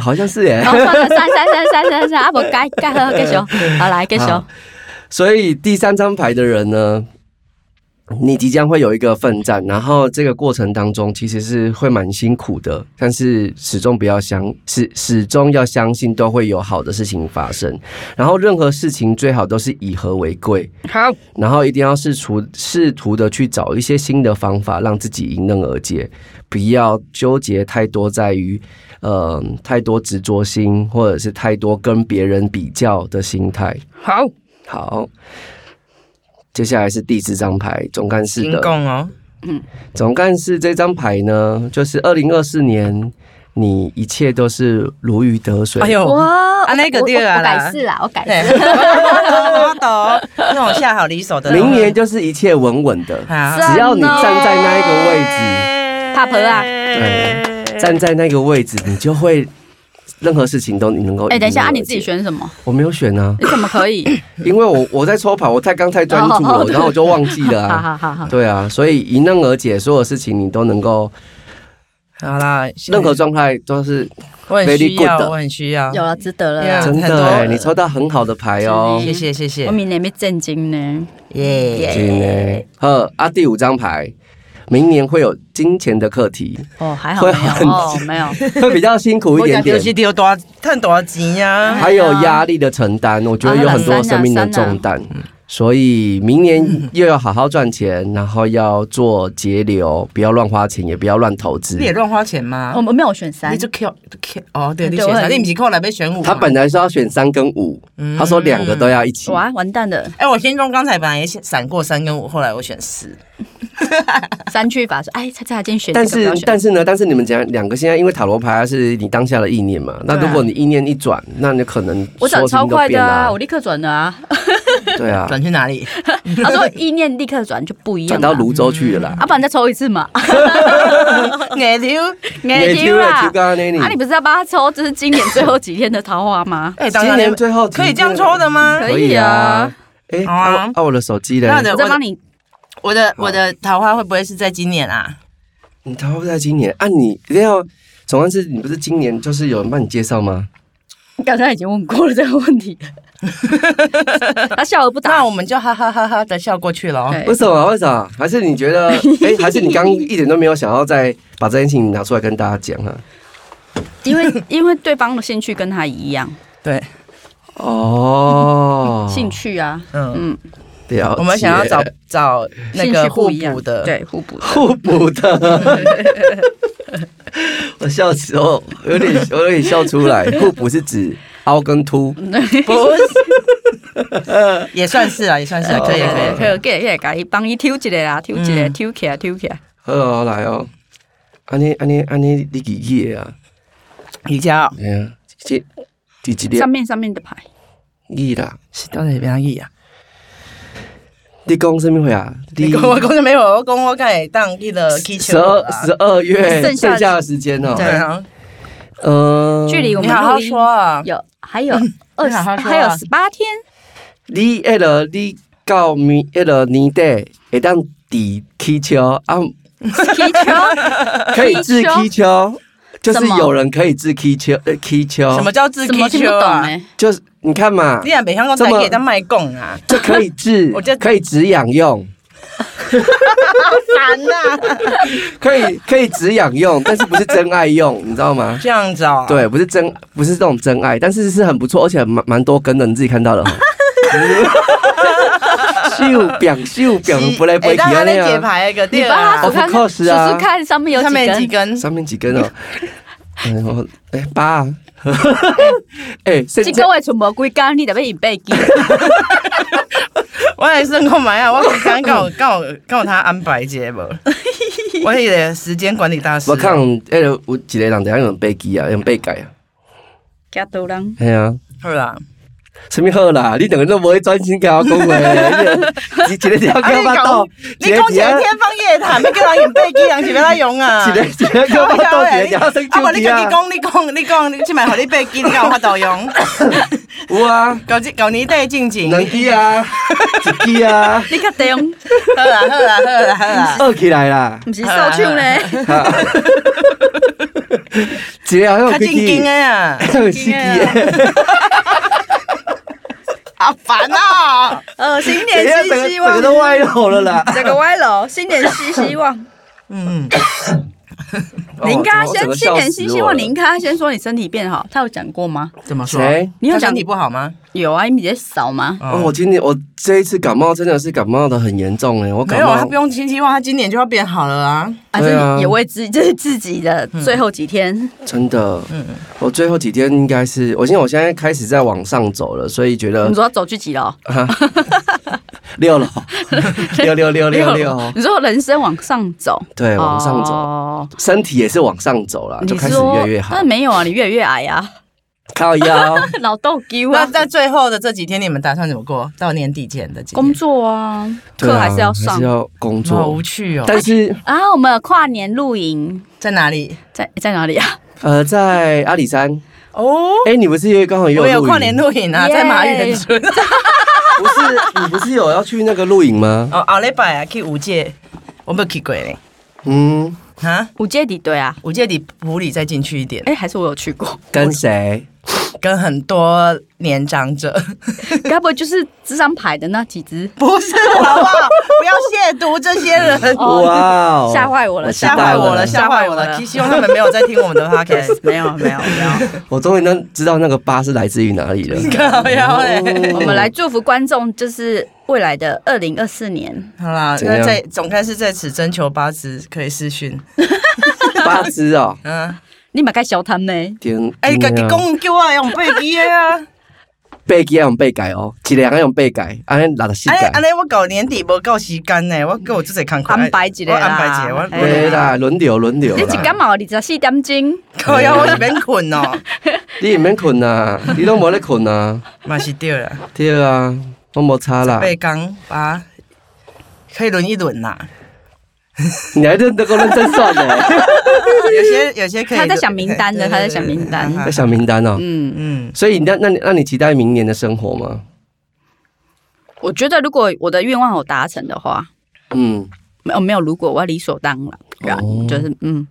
A: 好像是耶、
C: 然后算了，删删删删删删，啊不，改改好继续，好来继续，
A: 好所以第三张牌的人呢，你即将会有一个奋战，然后这个过程当中其实是会蛮辛苦的，但是始终不要相始始终要相信都会有好的事情发生，然后任何事情最好都是以和为贵，
C: 好，
A: 然后一定要试图试图的去找一些新的方法，让自己迎刃而解，不要纠结太多在于，呃，太多执着心，或者是太多跟别人比较的心态。
C: 好，
A: 好，接下来是第四张牌，总干事
B: 行
A: 的
B: 动哦，
A: 总干事这张牌呢，就是二零二四年，你一切都是如鱼得水。
B: 哎呦， [LAUGHS]
C: 哇，
B: 啊那个
C: 我
B: 第二
C: 我
B: 啊
C: 我
B: 啦
C: 改是啦，我改
B: 对，
C: 是，
B: 我懂，那种下好离手的，
A: [LAUGHS] 明年就是一切稳稳的，
B: 好哎
C: 是啊
A: 只要你站在那一个位置，
B: 置
C: 怕婆啊
A: 对站在那个位置，你就会任何事情都你能够。
C: 哎，等一下，啊你自己，选什么？
A: 我没有选
C: [LAUGHS]
A: 啊，
C: 你怎么可以？
A: 因为我我在抽牌，我太刚太专注
C: 哦
A: 了，
C: 哦
A: 然后我就忘记了
C: [LAUGHS] 好
A: 啊。
C: 好好好，
A: 对啊，所以迎刃而解，所有事情你都能够，
B: 好啦，现在
A: 任何状态都是
B: 我很需
A: very good
B: 要，
A: 的
B: 我很需要，
C: 有了，值得了
B: Yeah
C: 啦。
A: 真
B: 很
A: 的
B: 多
A: 哎，你抽到很好的牌哦。
B: 谢谢谢谢
C: 我，明年没震惊呢，
B: 耶，
A: 真的。好，啊，第五张牌，明年会有金钱的课题，
C: 哦，还好
A: 会
C: 没
A: 很
C: 有，哦，没
A: [LAUGHS]
C: 有，
A: 会比较辛苦一点
B: 丢
A: 点，
B: 是丢多赚多少钱
C: 啊
B: 啊呀？
A: 还有压力的承担，我觉得有很多生命的重担。
C: 啊
A: 所以明年又要好好赚钱，然后要做节流，不要乱花钱，也不要乱投资
B: 你。也乱花钱吗
C: 我？们没有选三
B: 哦你，就 Q Q 哦，对，
C: 对
B: 你选
C: 我
B: 啥？
C: 很
B: 你不是扣来被选五？
A: 他本来说要选三跟五，
C: 嗯
A: 他说两个都要一起。
C: 哇，完蛋了，
B: 哎，我心中刚才本来也闪过三跟五，后来我选四，
C: 三去法说，哎，猜猜他今天选
A: 但
C: 这个，不
A: 是
C: 要选
A: 但是呢，但是你们讲两个现在，因为塔罗牌是你当下的意念嘛，那如果你意念一转，那你可能
C: 啊我转
A: 说什
C: 超
A: 么都
C: 快
A: 变
C: 的
A: 了
C: 啊，我立刻转的啊。 [LAUGHS]
A: 对啊，
B: 转去哪里？
C: 他说意念立刻转就不一样
A: 转
C: 啊了，
A: [LAUGHS] 到泸州去了啦。
C: 啊，不然再抽一次嘛。 [LAUGHS]
B: 眼流。？
C: 没
A: 丢了，丢刚那里。
C: 啊啊，你不是要帮他抽，这是今年最后几天的桃花吗
A: [LAUGHS]
B: 哎，当
A: 今
B: 然
A: 年最后
B: 可以这样抽的吗？
A: 嗯
C: 可以啊。
A: 哎，
B: 好啊
A: 啊，啊我的手机嘞？
B: 那的
C: 我再帮你，
B: 我的我的桃花会不会是在今年啊？
A: 你桃花不在今年啊？你一定要，总而是你不是今年就是有人帮你介绍吗？
C: 刚才已经问过了这个问题， [LAUGHS] 他笑而不答
B: 那。我们就哈哈哈哈的笑过去了哦。
C: 对
A: 为什么？为什么？还是你觉得？哎，还是你刚刚一点都没有想要再把这件事情拿出来跟大家讲啊？
C: 因为因为对方的兴趣跟他一样，
B: 对，
A: 哦，
C: 兴趣啊，
B: 嗯，
C: 嗯，
A: 了解
B: 我们想要找找那
C: 兴
B: 个
C: 趣
B: 互
C: 不一样
B: 补的，，
C: 对互补的。
A: 互补的。 [LAUGHS] 我笑死哦，有点我有点笑出来。互补是指凹跟凸，
B: 不是，也算是啊，也算是
C: 哦
B: 啊，可以可以。
C: 可以，可以，可以，可以，帮你抽一个啦，抽一个，
B: 嗯
C: 抽起来，抽起来。
A: 好哦来哦，安尼安尼安尼，你几页啊？
B: 瑜伽
A: 哎呀，这第几列
C: 上面上面的牌，
A: 亿啦？
B: 是到底怎样译啊？
A: 你讲什么会啊？
B: 你跟我讲就没有，我讲我会当译了气
A: 十
B: 球啊
A: 二十二月
C: 剩下
A: 剩
C: 的
A: 下的时间哦
B: 对，啊，
A: 呃，
C: 距离我
B: 你
C: 们
B: 好好
C: 录音
B: 说啊。
C: 有还有二
B: 你
C: 十，
B: 好好说啊
C: 还有十八天，
A: 你迄个你到明迄个年底会当抵气球
B: [LAUGHS]
A: 啊，
C: 踢球
A: 可以治气球，就是
C: 什么
A: 有人可以治气球，呃，气球
B: 什么叫自
C: 怎么
B: 气
C: 听不
B: 球
C: 懂
B: 啊？
C: 哎？
A: 就是你看嘛
B: 你，俩北香港
A: 这
B: 在
A: 么
B: 给他卖供啊？
A: 这可以治
B: [LAUGHS] 我就，
A: 可以止痒
B: [LAUGHS]
A: 用，
B: 烦啊呐！
A: [LAUGHS] 可以可以止痒用，但是不是真爱用，你知道吗？
B: 这样子哦。
A: 对，不是真，不是这种真爱，但是是很不错，而且蛮蛮多根的，你自己看到了哈。秀表秀表
B: 是，
A: 不来不
B: 哎
A: 来，
B: 让他
A: 那
B: 在解
A: 样啊。
B: 牌那个
C: 你
B: 对
C: 帮他
B: 啊
A: 哦，Of
C: 数看，数
A: course 啊
C: 数看上面有
B: 上
C: 几
B: 面
C: 根
B: 几。根
A: 上面几根哦？哎我哎八啊，哎现
C: 这
A: 在
C: 个月存无几工，你得要用背 [LAUGHS] 机。 [LAUGHS]
B: 我也是购买啊，我刚刚有刚有刚有他安排一个无，管理的时间管理大师。啊
A: 我看哎，有一个人等下用背机啊，用背改啊，
C: 加多人，
A: 系啊。
B: 好啦，
A: 什么好啦？你两个都不会专心跟我讲话，你一个一个条
B: 啊
A: 叫
B: 你
A: 巴
B: 讲
A: 肚，
B: 你讲起来天方夜谭，要叫人用背机，人是要来用啊
A: [LAUGHS] 一。个一个叫巴肚，一个叫生
B: 啊，无你
A: 气
B: 家己
A: 啊！
B: 讲，你讲，你讲，你即摆互你背机，你敢有法度
A: [LAUGHS]
B: 用？
A: 有啊，
B: 旧即旧年底进前，
A: 两支 [LAUGHS] 啊，一支啊，
C: 你较中，
B: 好啦好啦好啦好 [LAUGHS] 啦，
A: 二起来 [LAUGHS] 啦。
C: 毋是受唱咧，
A: [LAUGHS] 哈一个好像
B: 较正经的 [LAUGHS] 啊，
A: 有司机的，
B: 好烦啊！
C: 呃，新
A: 等一下
C: 年
A: 哎整
C: 新
A: 个
C: 希
A: 整个
C: 望，
A: 都歪楼了啦。
C: 整个歪楼，新年新希望。
B: 嗯，
A: 哦
C: 你应该
A: 我整
C: 先
A: 个笑
C: 新年
A: 死
C: 新希
A: 我
C: 望，
A: 了
C: 你应该先说你身体变好。他有讲过吗？
B: 怎么说？
A: 谁？
C: 你有
B: 他
C: 讲
B: 身体不好吗？嗯
C: 有啊，你比较少吗？
A: 哦，我今年我这一次感冒真的是感冒的很严重哎，我
B: 没
A: 感
B: 有，啊他不
A: 冒
B: 用新希望，他今年就要变好了啊。
C: 啊，
A: 对啊
C: 这也为自这 [LAUGHS] 是自己的最后几天，
A: 真的，
B: 嗯嗯
A: 我最后几天应该是，我因为我现在开始在往上走了，所以觉得
C: 你说走去几
A: 啊
C: 楼？
A: 六
C: [LAUGHS]
A: 楼，六六六六
C: 楼
A: 六，
C: 你说人生往上走，
A: 对，往上走，
C: 哦
A: 身体也是往上走了，就
C: 你
A: 开始越
C: 说
A: 来越好
C: 但，没有啊，你越来越矮啊， [LAUGHS]
A: 靠腰，
C: 老豆丢
B: 那
C: 啊，
B: 在最后的这几天，你们打算怎么过？到年底前的几天
C: 工作啊，
A: 对
C: 课
A: 啊
C: 还是要上
A: 还是要工
B: 好
A: 作
B: 无，趣哦。
A: [LAUGHS] 但是
C: 啊。我们有跨年露营
B: 在哪里？
C: 在在哪里啊？
A: 呃，在阿里山，
B: 哦，
A: 哎，你不是也刚好也
B: 我有
A: 露
B: 跨
A: 营
B: 年露营啊，
C: 耶
B: 在马园村。
A: 不是你不是有要去那个露营
B: [LAUGHS]
A: 吗？
B: [LAUGHS] 哦，后礼拜啊去五界，我没有去过嘞。
A: 嗯，
B: 哈，
C: 五街底对啊，
B: 五界离普里再进去一点，
C: 哎，还是我有
A: [LAUGHS]
C: 去过，
A: 跟谁？
B: 跟很多年长者，
C: 该不会就是智商牌的那几只？
B: 不是好不好？ [LAUGHS] 不要亵渎这些人，
C: 哦
A: 哇哦
C: 吓坏我了
A: 知
B: 吓
A: 道
B: 坏我了，
C: 了
B: 吓坏我
C: 吓坏我
B: 了。
C: 了
B: 希望他们没有在听我们的 podcast。
C: 没有没有没
B: [LAUGHS]
C: 有，
A: 我终于能知道那个疤是来自于哪里了。
B: 搞笑嘞！
A: 哦
C: 我们来祝福观众，就是未来的二零二四年。
B: 好啦，
A: 怎样
B: 那在总该是在此征求八字可以私讯。
A: 八只哦，
B: 嗯，
C: 你嘛该小摊呢？
A: 天，
B: 哎，家
A: 天
B: 己
A: 啊
B: 讲叫我用背机的
A: [LAUGHS]
B: 啊！
A: 背记要用背改哦，一个人要用背改，安尼六十四
B: 安尼
A: 改
B: 安。尼，我搞年底无够时间呢，我够有这些工课
C: 安排一下啦
B: 我安排一个，我
C: 哎
A: 对啦，轮流轮流
C: 你一
A: 啦
C: 感，冒二十四点钟，
B: 靠呀，我是免困哦，
A: 你唔免困啊，你都无咧困啊，
B: 嘛是对啦，
A: 对 [LAUGHS] 啊，我无差啦，
B: 被讲啊，可以轮一轮啦，
A: 你还认得够认真算的，
B: 有些有些可以。
C: 他在想名单的，
B: 对
C: 他在想名单。
A: 那小名单哦。
C: 嗯，
B: 嗯，
A: 所以你那那你那你期待明年的生活吗？
C: 我觉得如果我的愿望有达成的话，
A: 嗯，
C: 没哦有没有，如果我要理所当然，
A: 哦
C: 就是嗯，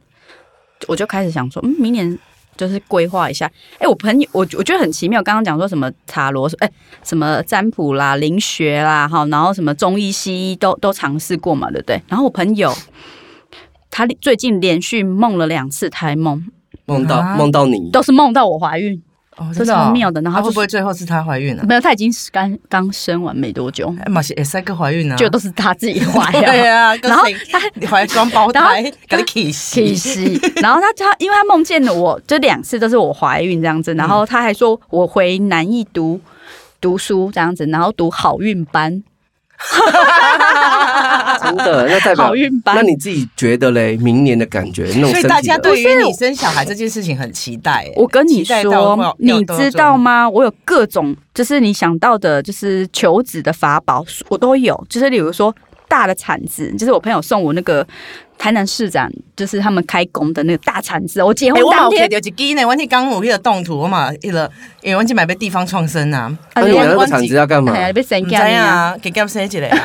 C: 我就开始想说，嗯，明年就是规划一下。哎、我朋友，我我觉得很奇妙，刚刚讲说什么塔罗，哎、什么占卜啦、灵学啦，哈，然后什么中医、西医都都尝试过嘛，对不对？然后我朋友他最近连续梦了两次胎梦，
A: 梦到
B: 啊
A: 梦到你，
C: 都是梦到我怀孕，
B: 哦，
C: 这
B: 真的哦
C: 超妙的然后
B: 啊会
C: 就是
B: 不会最后是她怀孕了？啊
C: 没有，他已经刚刚生完没多久，
B: 哎嘛是会塞个怀孕啊，
C: 就都是他自己怀啊。
B: [LAUGHS] 对啊，
C: 然后
B: 跟谁你怀双胞胎
C: 然后，
B: 给你起死
C: 气息。然后他他，因为他梦见了我，就两次都是我怀孕这样子。然后他还说我回南艺读读书这样子，然后读好运班，
A: 真的，那代表
C: 好运吧
A: 那你自己觉得嘞，明年的感觉，那种
B: 所以
A: 身体
B: 大家
A: 的
B: 对于你生小孩这件事情很期待。
C: 我跟你
B: 期待到
C: 说
B: 要，
C: 你知道？
B: 要到
C: 吗？我有各种，就是你想到的，就是求子的法宝，我都有。就是例如说大的铲子，就是我朋友送我那个台南市长，就是他们开工的那个大铲子。我结
B: 哎、
C: 婚
B: 我嘛
C: 当
B: 有摕
C: 天，
B: 到一支呢，我迄刚有迄个动图，我嘛迄个，因为我去买被地方创生啊，
A: 那
C: 啊
A: 你拿
C: 我
A: 那个铲子要干嘛
C: 哎？呀，被神
B: 毋知
C: 干啊！哎
B: 啊，给减生
C: [LAUGHS]
B: 一个啊，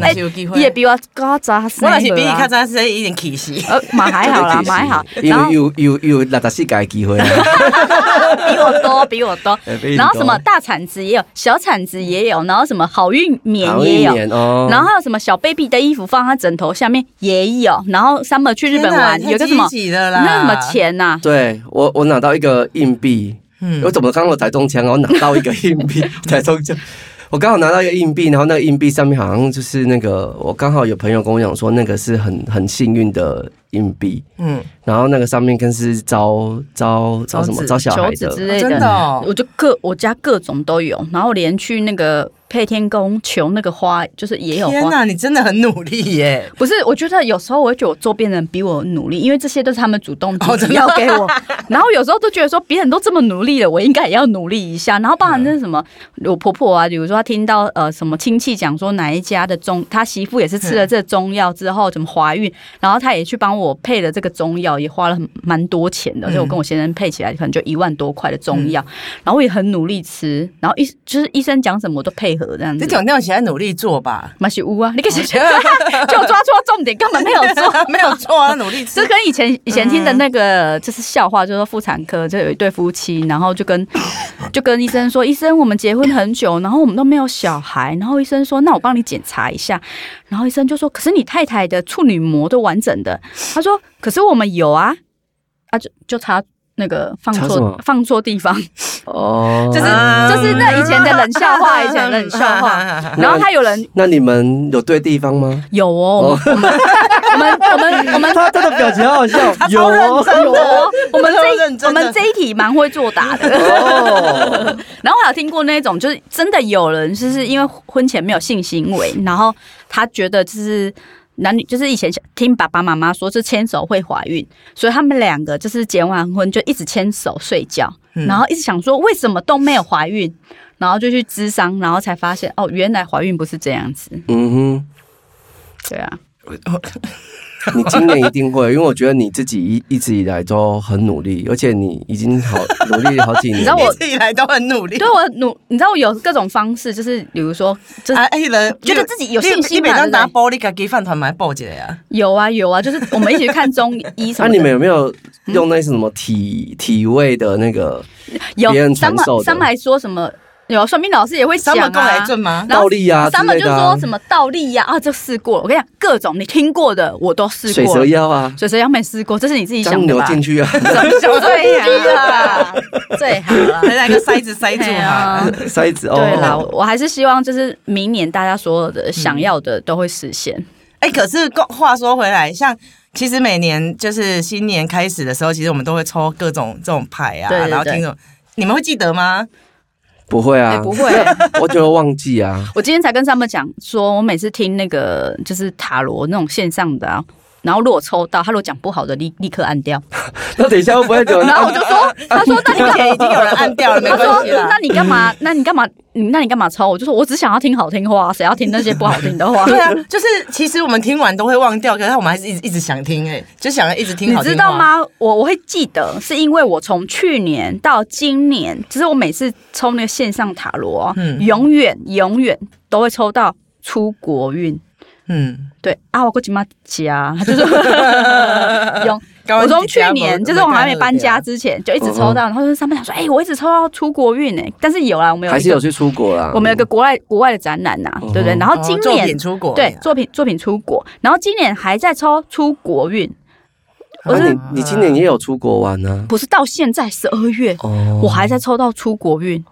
B: 若是有机会
C: 你。也比啊我高扎，
B: 我若是比你较早生，一定
A: [LAUGHS]
B: 气死。
C: 呃，马还好啦，马还好，
A: 因
C: 然后
A: 为有有有六十四届机会啊，
C: 比我多，比我多
A: [LAUGHS] 哎比你。多
C: 然后什么大铲子也有，小铲子也有，然后什么好运棉也有，
A: 年哦，
C: 然后还有什么小 baby 的衣服放他枕头下面也有，然后 summer 去日本玩
B: 天哪
C: 有个什么
B: 太积极了啦
C: 那什么钱啊呐、
A: [LAUGHS] 对我我拿到一个硬币，
B: 嗯
A: 我怎么刚刚我台中枪，然后拿到一个硬币，
C: [LAUGHS]
A: 台中枪。我刚好拿到一个硬币，然后那个硬币上面好像就是那个，我刚好有朋友跟我讲说，那个是很很幸运的硬币，
B: 嗯，
A: 然后那个上面更是招招招什么
B: 招子
A: 招小孩
C: 求子之
A: 的，
C: 类
B: 真的哦
C: 我就各我家各种都有，然后连去那个配天宫求那个花，就是也有
B: 天
C: 花。嗯
B: 哪，你真的很努力耶！
C: 不是，我觉得有时候我会觉得我周边人比我努力，因为这些都是他们主动积
B: 哦真
C: 极
B: 的
C: 要给
B: [LAUGHS]
C: 我。然后有时候都觉得说别人都这么努力了，我应该也要努力一下。然后包含那是什么，我婆婆啊，比如说她听到呃什么亲戚讲说哪一家的中，她媳妇也是
B: 嗯
C: 吃了这中药之后怎么怀孕，然后她也去帮我配了这个中药，也花了很蛮多钱的，
B: 嗯
C: 所以我跟我先生配起来可能就一万多块的中药，然后我也很努力吃，然后医就是医生讲什么我都配合这样
B: 这
C: 子。
B: 种那种喜欢努力做吧，
C: 马西乌啊，你给谁？ [LAUGHS] 就抓错重点，根本没有
B: [LAUGHS]
C: 做。
B: 没有做啊，努力
C: 这
B: 吃。
C: 跟以前以前听的那个就是笑话，就是说妇产科就有一对夫妻，然后就跟 [COUGHS] 就跟医生说，医生我们结婚很久，然后我们都没有小孩，然后医生说那我帮你检查一下，然后医生就说可是你太太的处女膜都完整的，他说可是我们有啊，啊就就差那个放
A: 差什
C: 错
A: 么
C: 放错地方，
A: 哦，
C: 就是就是那以前的冷笑话，以前的冷笑话，然后他有人
A: 那你们有对地方吗？
C: 有哦，我们我们我们我们我们
A: 他他的表情好好
C: [LAUGHS]
A: 笑，有哦
C: 有哦，我们
B: 他超认
C: 这
B: 真
C: 我
B: 的
C: 们这一题蛮会作答的。
A: 哦，
C: 然后我还有听过那种，就是真的有人就是因为婚前没有性行为，然后他觉得就是。男女就是以前听爸爸妈妈说，是牵手会怀孕，所以他们两个就是结完婚就一直牵手睡觉，
B: 嗯
C: 然后一直想说为什么都没有怀孕，然后就去咨商，然后才发现哦，原来怀孕不是这样子，
A: 嗯
C: 对啊，
A: 哼，你今年一定会，因为我觉得你自己一一直以来都很努力，而且你已经好努力好几年了。
C: 你知道我
B: 一直以来都很努力。
C: 对我努，你知道我有各种方式，就是比如说，就是
B: 啊，一人
C: 觉得自己有信心嘛啊
B: 你每
C: 对
B: 当
C: 不对
B: 拿玻璃给给饭团买报姐呀，
C: 有啊有啊，就是我们一起去看中医
A: [LAUGHS]
C: 什
A: 那、
C: 么的。
A: 啊你们有没有
C: 嗯
A: 用那些什么体、体位的那个别
C: 有
A: 人传
C: 三
A: 授
C: 马
A: 的
C: 三来说什么？有算命老师也会讲
B: 三
C: 啊
B: 本够来正吗？
C: 然后
A: 倒立啊之
C: 三本
A: 类
C: 就
A: 的啊
C: 说什么倒立呀啊，这试过了。我跟你讲，各种你听过的我都试
A: 水
C: 过
A: 蛇
C: 了。
A: 腰啊，
C: 水蛇腰没试过，这是你自己
A: 张
C: 想的
A: 牛
C: [LAUGHS] 吧？
A: 进去啊，
C: 对呀，最好啦。 [LAUGHS]
B: 还拿个塞子塞住
C: 对
B: 哈
C: 啊。
A: [LAUGHS] 塞子哦。
C: [LAUGHS] 对啦，我我还是希望就是明年大家所有的
A: 嗯
C: 想要的都会实现。
B: 哎、可是话话说回来，像其实每年就是新年开始的时候，其实我们都会抽各种这种牌啊，
C: 对对对
B: 然后听众，你们会记得吗？
A: 不会
C: 哎，
A: 啊，
C: 不会，
A: 我就会忘记
C: [LAUGHS]
A: 啊。
C: 我今天才跟他们讲说，我每次听那个就是塔罗那种线上的啊，然后如果抽到，他如果讲不好的，立立刻按
B: [LAUGHS]
C: 掉。
A: 那等一下会不会有人
C: 然后我就说，他说 [LAUGHS] 那你
B: 目
C: 干
B: 前已经有人按掉了，
C: [LAUGHS]
B: 没
C: 他说
B: 关系啦
C: 那。你干嘛？那你干嘛？你那你干嘛抽？我就说我只想要听好听话，谁要听那些不好听的话？
B: [LAUGHS] [LAUGHS] 对啊，就是其实我们听完都会忘掉，可是我们还是一直一直想听、哎，就想要一直听
C: 你
B: 好听话
C: 知道？吗？我我会记得，是因为我从去年到今年，就是我每次抽那个线上塔罗啊，
B: 嗯
C: 永远永远都会抽到出国运。
B: 嗯，
C: 对啊，我过去妈家，他就说 [LAUGHS] 永
B: 刚
C: 我
B: 刚
C: 从
B: 自己
C: 去
B: 家
C: 年
B: 不
C: 就是我还没搬
B: 啊
C: 家，之前，就一直抽
A: 嗯
C: 到，然后就上班想说，哎、我一直抽到出国运哎、但是有啦，我们有
A: 还
C: 一
A: 是
C: 个
A: 有去出国啦？
C: 我们有个国外国外的展览呐、
A: 嗯哼
C: 对不对？然后
B: 哦
C: 今
B: 作
C: 年、
B: 品出国啊哦
C: 对作品作品出国，然后今年还在抽出国运，
A: 啊，
C: 我是
A: 你你今年也有出国玩呢、
C: 不是到现在十二月，
A: 哦，
C: 我还在抽到出国运。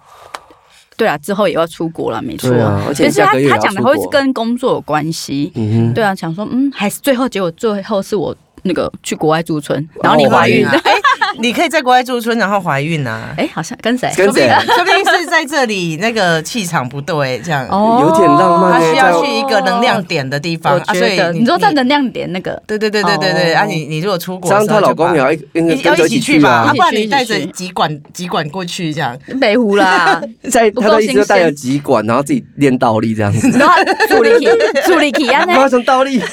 C: 对啊，之后也要出国了，没错。
A: 对啊而且
C: 但是
A: 下
C: 他
A: 个月也
C: 他
A: 要
C: 讲的
A: 出
C: 会
A: 国啊
C: 是跟工作有关系，
A: 嗯哼，
C: [LAUGHS] 对啊，想说嗯，还是最后结果最后是我那个去国外驻村，然后你
A: 哦
C: 怀孕
B: 啊
C: 的， [LAUGHS]
B: 哎、你可以在国外驻村，然后怀孕啊。
C: 哎、好像跟谁？
A: 跟谁？
B: 说不定是在这里那个气场不对，这样
A: 有点浪漫
B: 哦他
A: 欸
B: 需要
A: 在
B: 去一个能量点的地方
C: 哦我
B: 啊，所
C: 觉
B: 以
C: 得你说在能量点那个，
B: 对对对对对对
C: 哦
B: 啊，你你如果出国
A: 这
B: 的时候
A: 样
B: 就把，
A: 她老公也要一跟
B: 你要
A: 跟着
B: 一
A: 一起
B: 起去
A: 去
B: 吧，
A: 啊
B: 啊，不然你
C: 一起去
B: 带着
C: 一起去
B: 几管几管过
C: [LAUGHS]
B: 去这样，
C: 北湖
B: [LAUGHS]
C: 啦，
A: [LAUGHS] 在
C: 不
A: 她
C: 够
A: 的意思就带
C: 新
A: 了
C: 鲜
A: 几管，然后自己练倒立这样子，
C: 然后助力体助力体 [LAUGHS] 啊那
A: 发生倒
C: [LAUGHS]
A: 立，
B: 啊，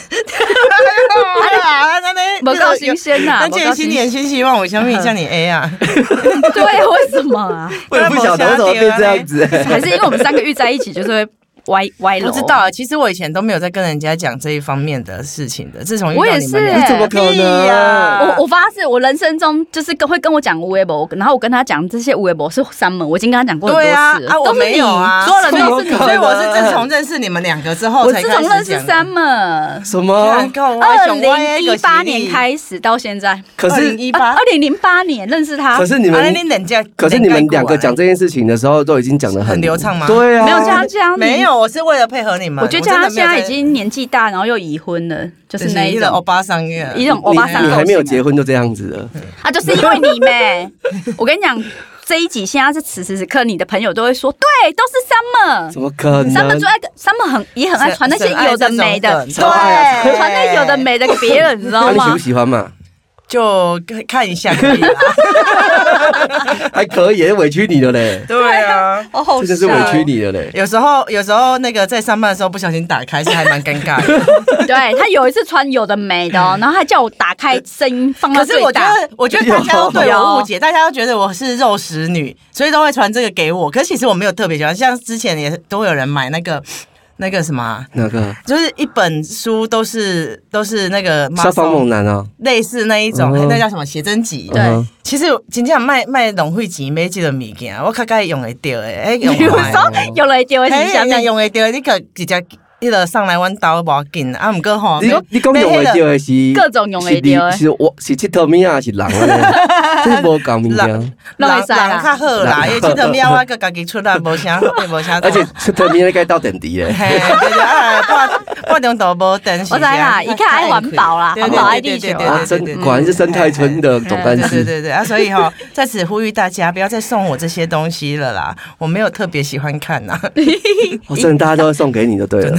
B: 那那
C: 不够新鲜呐、
B: 那
C: 不
B: 既
C: 够
B: 然新
C: 新
B: 年新希望，我相信像你 A 啊，
C: [LAUGHS] 对，为什么啊？
A: [LAUGHS] 我也不
B: [LAUGHS]
A: 晓得为什么变这
B: 啊哎
A: 样子、
C: 还是因为我们三个遇在一起就是会歪歪楼？
B: 不知道，啊，其实我以前都没有在跟人家讲这一方面的事情的，自从遇到
C: 我也
B: 你们
C: 是
B: 俩
A: [LAUGHS]
C: 欸
A: 你怎么
C: [LAUGHS]
A: 可
B: 屁呀
A: 能？啊
C: 我我发誓，我人生中就是跟会跟我讲无为博，然后我跟他讲这些无为博是三门，我已经跟他讲过很多
B: 对啊
C: 次了，
B: 啊，我
C: 都是
B: 没
C: 你，
B: 有啊，
C: 所有人都是你
B: [LAUGHS]
A: 怎么可
B: 所
A: 能
B: 以我是自从认识你们两个之后
C: 我
B: 才
C: 自
B: 开
C: 从认
B: 始
C: 识
B: 讲
C: 三
B: 的。
C: 门，
A: 什么？
C: 二零一八年，开始到现在，
A: 可
B: 二
A: 是
B: 零一八
C: 啊二，零零八年认识他
A: 可，是你
B: 啊那
A: 们
B: 你冷家，
A: 可是你们两个讲这件事情的时候，都已经讲的
B: 很流畅吗
A: 对啊，
C: 没有这样这样，
B: 没有，有，我是为了配合你们。
C: 我觉得像他
B: 真的没
C: 现
B: 有
C: 在已经年纪大，然后又已婚了，就是那一
B: 一种欧
C: 种，
B: 巴桑乐，
C: 一种欧巴桑
A: 你
C: 个
A: 还没有
C: 性啊
A: 结婚就这样子了，
C: 啊，就是因为你呗。 [LAUGHS] 我跟你讲，这一集现在是此时此刻，你的朋友都会说，对，都是
A: 怎么可
C: Summer，Summer
A: 能
C: 最？爱，Summer 很也很爱传那些有的没的，
B: 沈
C: 对，
B: 沈爱这种梗
C: 传那有的没的给别人，你知
A: 那
C: 道
A: 你喜 [LAUGHS]
C: 吗
A: 不？喜欢嘛？
B: 就看看一下可
C: [LAUGHS]
B: 以啦。
A: 还可以，委屈你了嘞，
B: 对啊，
C: 哦，好
A: 这就是委屈你了嘞。
B: 有时候有时候那个在上班的时候不小心打开是还蛮尴尬的。
C: 对他有一次传有的没的哦，然后还叫我打开声音放到
B: 可是
C: 最
B: 我觉
C: 大。
B: 得我觉得大家都对我误解，大家都觉得我是肉食女，所以都会传这个给我。可是其实我没有特别喜欢，像之前也都有人买那个那个什么啊。
A: 那个
B: 就是一本书都是都是那个
A: 消防猛男啊，
B: 类似那一种，
A: 嗯
B: 那叫什么写真集？
C: 对
A: 嗯哼
B: 其实真正卖卖浪费钱买这个物件，我较该用会到的，哎，用
C: [LAUGHS] 比如
B: 得到
C: 说
B: 的，
C: 有了丢一
B: 哎，
C: 下
B: 人家
C: 面，
B: 用会到，你可直接迄落上来阮兜无要紧，啊，毋过吼，
A: 你你讲用会到的是
C: 各种用会到的
A: 是是我是佚佗物啊，是人啊，这是无共物
B: 人
A: 件。
C: 拢
B: 人
C: 会
B: 人
C: 使
B: 较
C: 啦
B: 好啦，因为这头面我个家己出来无啥，无啥，
A: 而且佚佗物该到等级嘞。
B: 嘿，对对啊，半半钟头无等，
C: 我知啦，一看爱环保啦，
B: 对对
C: 环
B: 对
C: 保爱地球
B: 对
A: 啊，
C: 啊
B: 对。
A: 真果然是生态村的总干
B: 对对
A: 事。
B: 对对啊，所以哈，在此呼吁大家不要再送我这些东西了啦，我没有特别喜欢看呐。
A: 哦，真的大家都会送给你就对了。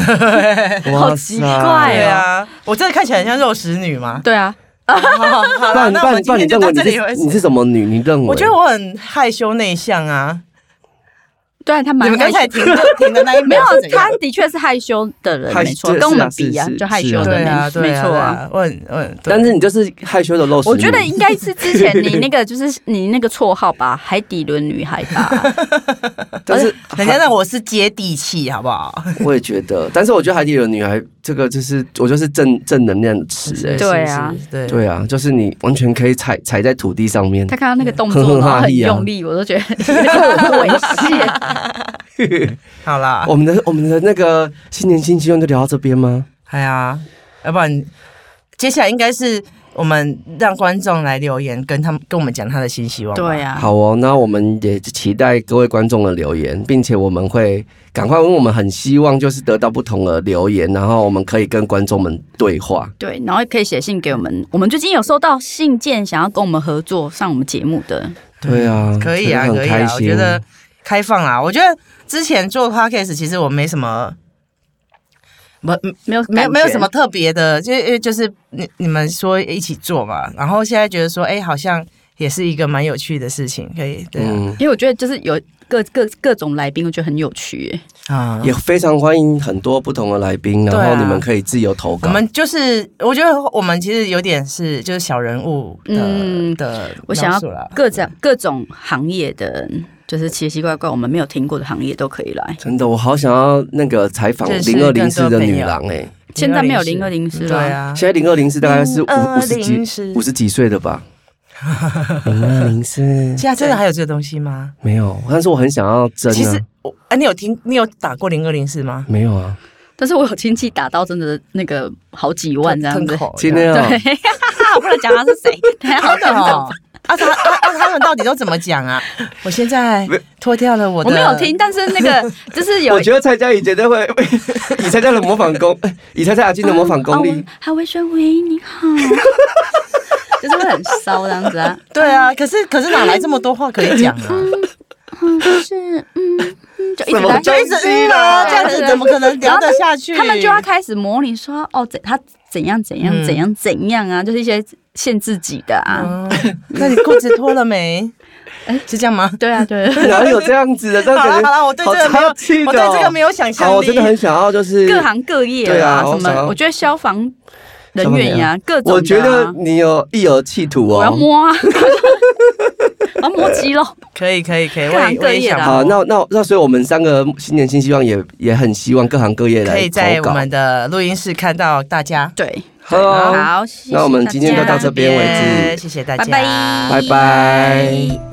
C: 好奇怪
B: 对
C: 哦
B: 啊，我真的看起来很像肉食女吗？
C: 对啊，
B: 好
A: 不
B: 了，
A: 然
B: 那
A: 不然
B: 我们
A: 不
B: 今
A: 然，你
B: 天就
A: 认
B: 到
A: 为
B: 这
A: 你
B: 里
A: 是
B: 为
A: 你
B: 止。
A: 是什么女？你认为？
B: 我觉得我很害羞内向啊，
C: 对啊，他蛮
B: 你们刚才
C: 害羞
B: 停的停的那一
C: 没
B: 秒
C: 有
B: 是怎，样
C: 他的确是害羞的人，
A: 害
C: 没错，
A: 是
C: 跟我们
A: 是
C: 比啊
A: 是，
C: 就害羞
A: 是啊
C: 的
B: 对
C: 人
B: 啊，，对
C: 没
B: 啊，
C: 错
B: 对
C: 啊。
B: 啊，我很我很，对
A: 但是你就是害羞的露食女。
C: 我觉得应该是之前你那个就是你那个绰号吧，海底轮女孩吧。
A: 但是
B: [LAUGHS] 人家让我是接地气，好不好？
A: 我也觉得，但是我觉得海底有女孩这个就是我就是正正能量的词
B: [LAUGHS]
A: 哎。
C: 对啊
B: 是，对
A: 对啊，就是你完全可以踩踩在土地上面
C: 他。看到那个动作
A: 哼哼
C: 然后
A: 哈
C: 很
A: 嘿啊
C: 用力，我都觉得 [LAUGHS] 很猥亵。
B: 好啦，
A: [LAUGHS] 我们的我们的那个新年新希望就聊到这边吗？
B: 哎呀，要不然接下来应该是我们让观众来留言，跟他们跟我们讲他的新希望。
C: 对，啊，
A: 好哦，那我们也期待各位观众的留言，并且我们会赶快，因为我们很希望就是得到不同的留言，然后我们可以跟观众们对话。
C: 对，然后可以写信给我们。我们最近有收到信件，想要跟我们合作上我们节目的。
A: 对啊，
B: 可以啊，
A: 真的很
B: 可以
A: 开
B: 啊，我
A: 心。
B: 觉得开放啊，我觉得之前做 podcast 其实我没什么。没
C: 没有感觉，
B: 没有没有什么特别的，就因为就是你你们说一起做嘛，然后现在觉得说，哎、好像也是一个蛮有趣的事情，可以对啊
A: 嗯，
C: 因为我觉得就是有各各各种来宾，我觉得很有趣耶。
B: 啊
A: 也非常欢迎很多不同的来宾，然
B: 对啊
A: 后你们可以自由投
B: 我
A: 稿。
B: 们就是，我觉得我们其实有点是就是小人物的、
C: 嗯
B: 的
C: 我想
B: 描
C: 要
B: 述啦
C: 各种各种行业的人，就是奇奇怪怪我们没有听过的行业都可以来。
A: 真的，我好想要那个采访
B: 认识
A: 零二零四的
B: 更多朋友
A: 女郎哎、
C: 现在没有零二
B: 0204
C: 零四
B: 对
C: 了，
B: 啊，
A: 现在零二零四大概是五五十
B: 0204
A: 几五十几岁的
B: [LAUGHS]
A: 吧？零二零四
B: 现在真的还有这个东西吗？
A: 没有，但是我很想要争
B: 其实
A: 啊，
B: 我哎、你有听你有打过零二零四吗？
A: 没有啊，
C: 但是我有亲戚打到真的那个好几万这样子
B: 吞。口
A: 今天啊，
C: 对， [LAUGHS] 我不能讲他是谁，等下好
B: 真的
C: 痛。 [LAUGHS]
B: 哦。啊，他啊啊！他们到底都怎么讲啊？我现在脱掉了我
C: 我
B: 的，
C: 没有听，但是那个就是有
A: 我觉得蔡佳怡绝对会， [LAUGHS] 以蔡佳的模仿 [LAUGHS] 功，哎以蔡佳雅静的模仿功力，，
B: 嗯
C: 还啊会说喂你好， [LAUGHS] 就是会很骚这样子啊。
B: 对啊。可是可是哪来这么多话可以讲
C: [LAUGHS]
B: 啊？
C: 嗯，就是嗯，嗯就一直
A: 什么
C: 在
B: 就一直嗯啊，这样子怎么可能聊得下去？
C: 他们就要开始模拟说哦，怎他怎样怎样
B: 嗯
C: 怎样怎样啊，就是一些限制级的啊。
B: 哦那你裤子脱
C: [LAUGHS]
B: 了没？哎，是这样吗？
C: 对啊，对啊，
A: 哪有这样子的？这样
B: 好
A: 感
B: 了
A: 觉
B: 好了，我对这个没有，
A: 好差劲哦
B: 我对这个没有想象
A: 好，
B: 力。
A: 我真的很想要，就是
C: 各行各业
A: 对啊
C: 什
A: 我想
C: 么？
A: 要
C: 我觉得消防人员呀，各种的啊
A: 我觉得你有意有企图
C: 我要
A: 哦。
C: 摸啊， [LAUGHS] 我要摸肌肉。
B: 可以可以可以，
C: 各
B: 我
C: 行
B: 也我
C: 各
B: 也
C: 业
B: 想
C: 的啊
A: 好，那那那所以我们三个新年新希望也也很希望各行各业
B: 可
A: 来
B: 以
A: 投
B: 在我
A: 稿。
B: 们的录音室看到大家。
C: 对，
A: 好哦
C: 好，谢谢
A: 那我们
C: 大
A: 今天就
C: 家
A: 到这边为止
B: 谢谢大家，
C: 拜拜，
A: 拜拜。